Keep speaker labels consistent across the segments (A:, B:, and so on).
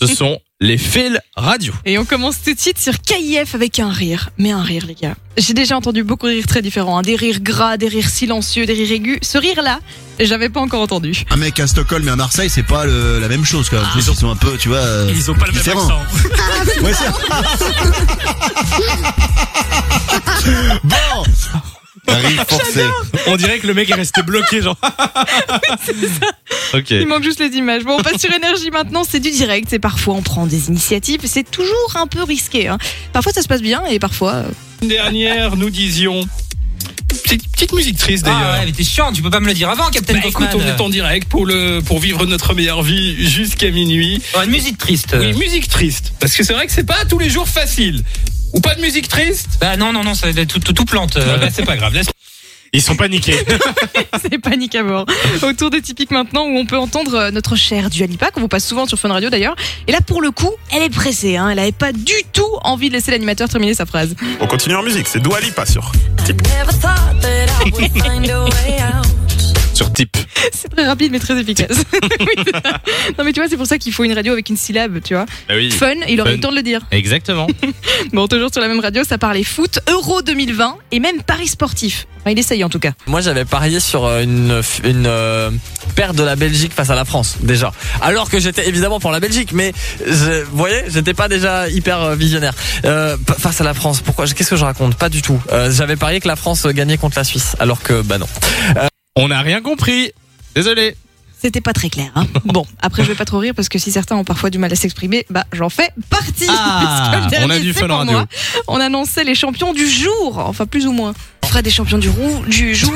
A: ce sont les fils radio.
B: Et on commence tout de suite sur KIF avec un rire. Mais un rire, les gars. J'ai déjà entendu beaucoup de rires très différents. hein. Des rires gras, des rires silencieux, des rires aigus. Ce rire-là, j'avais pas encore entendu.
C: Un mec à Stockholm et à Marseille, c'est pas le- la même chose quand même. Ils sont un peu, tu vois. euh,
D: Ils ont pas le même
C: différents.
D: accent.
C: Ouais, c'est- bon Un rire forcé.
D: On dirait que le mec est resté bloqué, genre.
A: Ok.
B: Il manque juste les images. Bon, on passe sur énergie maintenant. C'est du direct. Et parfois, on prend des initiatives. et C'est toujours un peu risqué. hein. Parfois, ça se passe bien. Et parfois, euh,
D: Dernière, nous disions. Petite, petite musique triste d'ailleurs.
E: Ah ouais, mais t'es chiant, tu peux pas me le dire avant, Captain
D: Bah, écoute,
E: Kaufman.
D: on est en direct pour, le, pour vivre notre meilleure vie jusqu'à minuit.
E: Oh, une musique triste.
F: Euh.
D: Oui, musique triste. Parce que c'est vrai que c'est pas tous les jours facile. Ou pas de musique triste
E: Bah non, non, non, ça va être tout, tout, tout plante.
D: Ah
E: euh.
D: bah, C'est pas grave. laisse- Ils sont paniqués.
B: c'est panique à bord. Autour des typiques maintenant où on peut entendre euh, notre chère Dualipa, qu'on vous passe souvent sur Fun Radio d'ailleurs. Et là, pour le coup, elle est pressée. hein. Elle avait pas du tout envie de laisser l'animateur terminer sa phrase.
G: On continue en musique, c'est Dua Lipa sur.
H: Never thought that I would find a way out.
A: Sur type.
B: C'est très rapide mais très efficace. Oui, c'est ça. non mais tu vois, c'est pour ça qu'il faut une radio avec une syllabe, tu vois.
A: Bah oui.
B: Fun, il aurait eu
A: Fun.
B: le temps de le dire.
A: Exactement.
B: Bon, toujours sur la même radio, ça parlait foot, Euro 2020 et même Paris sportif. Enfin, il essaye en tout cas.
F: Moi, j'avais parié sur euh, une, une euh, perte de la Belgique face à la France, déjà. Alors que j'étais évidemment pour la Belgique, mais je- vous voyez, j'étais pas déjà hyper euh, visionnaire. Euh, pa- face à la France, pourquoi Qu'est-ce que je raconte Pas du tout. Euh, j'avais parié que la France gagnait contre la Suisse, alors que, bah non.
A: On n'a rien compris. Désolé.
B: C'était pas très clair. hein. Bon, après je vais pas trop rire parce que si certains ont parfois du mal à s'exprimer, bah j'en fais partie.
A: Ah,
B: Puisque
A: on
B: le
A: a
B: dernier,
A: du
B: c'est
A: fun
B: pour
A: radio.
B: moi. On annonçait les champions du jour, enfin plus ou moins. On fera des champions du, roux, du jour.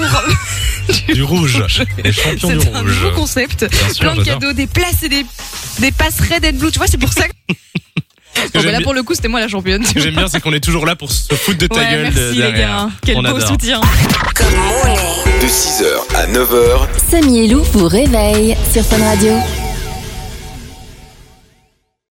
A: Du rouge. Les champions
B: C'est
A: du
B: un
A: rouge.
B: nouveau concept.
A: Bien sûr,
B: Plein de
A: j'adore.
B: cadeaux, des places et des, des passerelles d'être blue. Tu vois, c'est pour ça que. Bon,
A: j'aime
B: bah là,
A: bien-
B: pour le coup, c'était moi la championne.
A: Ce que j'aime bien, c'est qu'on est toujours là pour se foutre de ta
B: Ouais,
A: gueule de-
B: merci les
A: derrière.
B: gars. Quel
A: On
B: beau
A: adore.
B: soutien.
I: De 6h à 9h,
J: Samy et Lou vous réveille sur Fun Radio.